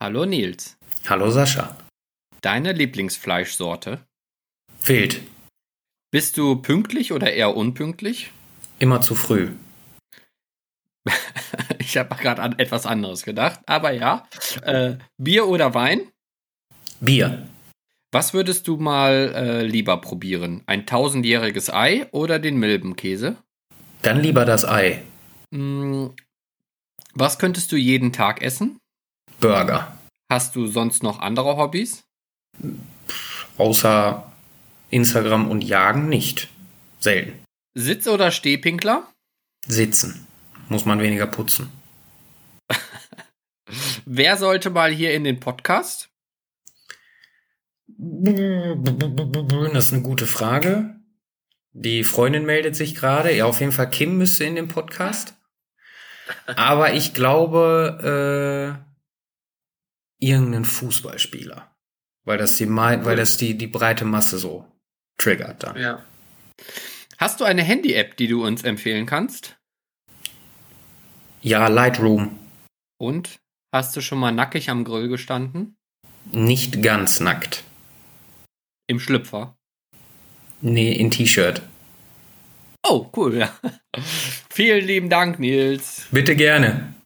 Hallo Nils, Hallo Sascha. deine Lieblingsfleischsorte? Wild. Bist du pünktlich oder eher unpünktlich? Immer zu früh. Ich habe gerade an etwas anderes gedacht, aber ja. Äh, Bier oder Wein? Bier. Was würdest du mal äh, lieber probieren? Ein tausendjähriges Ei oder den Milbenkäse? Dann lieber das Ei. Hm, was könntest du jeden Tag essen? Burger. Hast du sonst noch andere Hobbys? Außer Instagram und Jagen nicht. Selten. Sitz- oder Stehpinkler? Sitzen. Muss man weniger putzen. Wer sollte mal hier in den Podcast? Das ist eine gute Frage. Die Freundin meldet sich gerade. Ja, auf jeden Fall Kim müsste in den Podcast. Aber ich glaube, äh, irgendeinen Fußballspieler. Weil das die, Mai- weil das die, die breite Masse so triggert dann. Ja. Hast du eine Handy-App, die du uns empfehlen kannst? Ja, Lightroom. Und hast du schon mal nackig am Grill gestanden? Nicht ganz nackt. Im Schlüpfer? Nee, in T-Shirt. Oh, cool, ja. Vielen lieben Dank, Nils. Bitte gerne.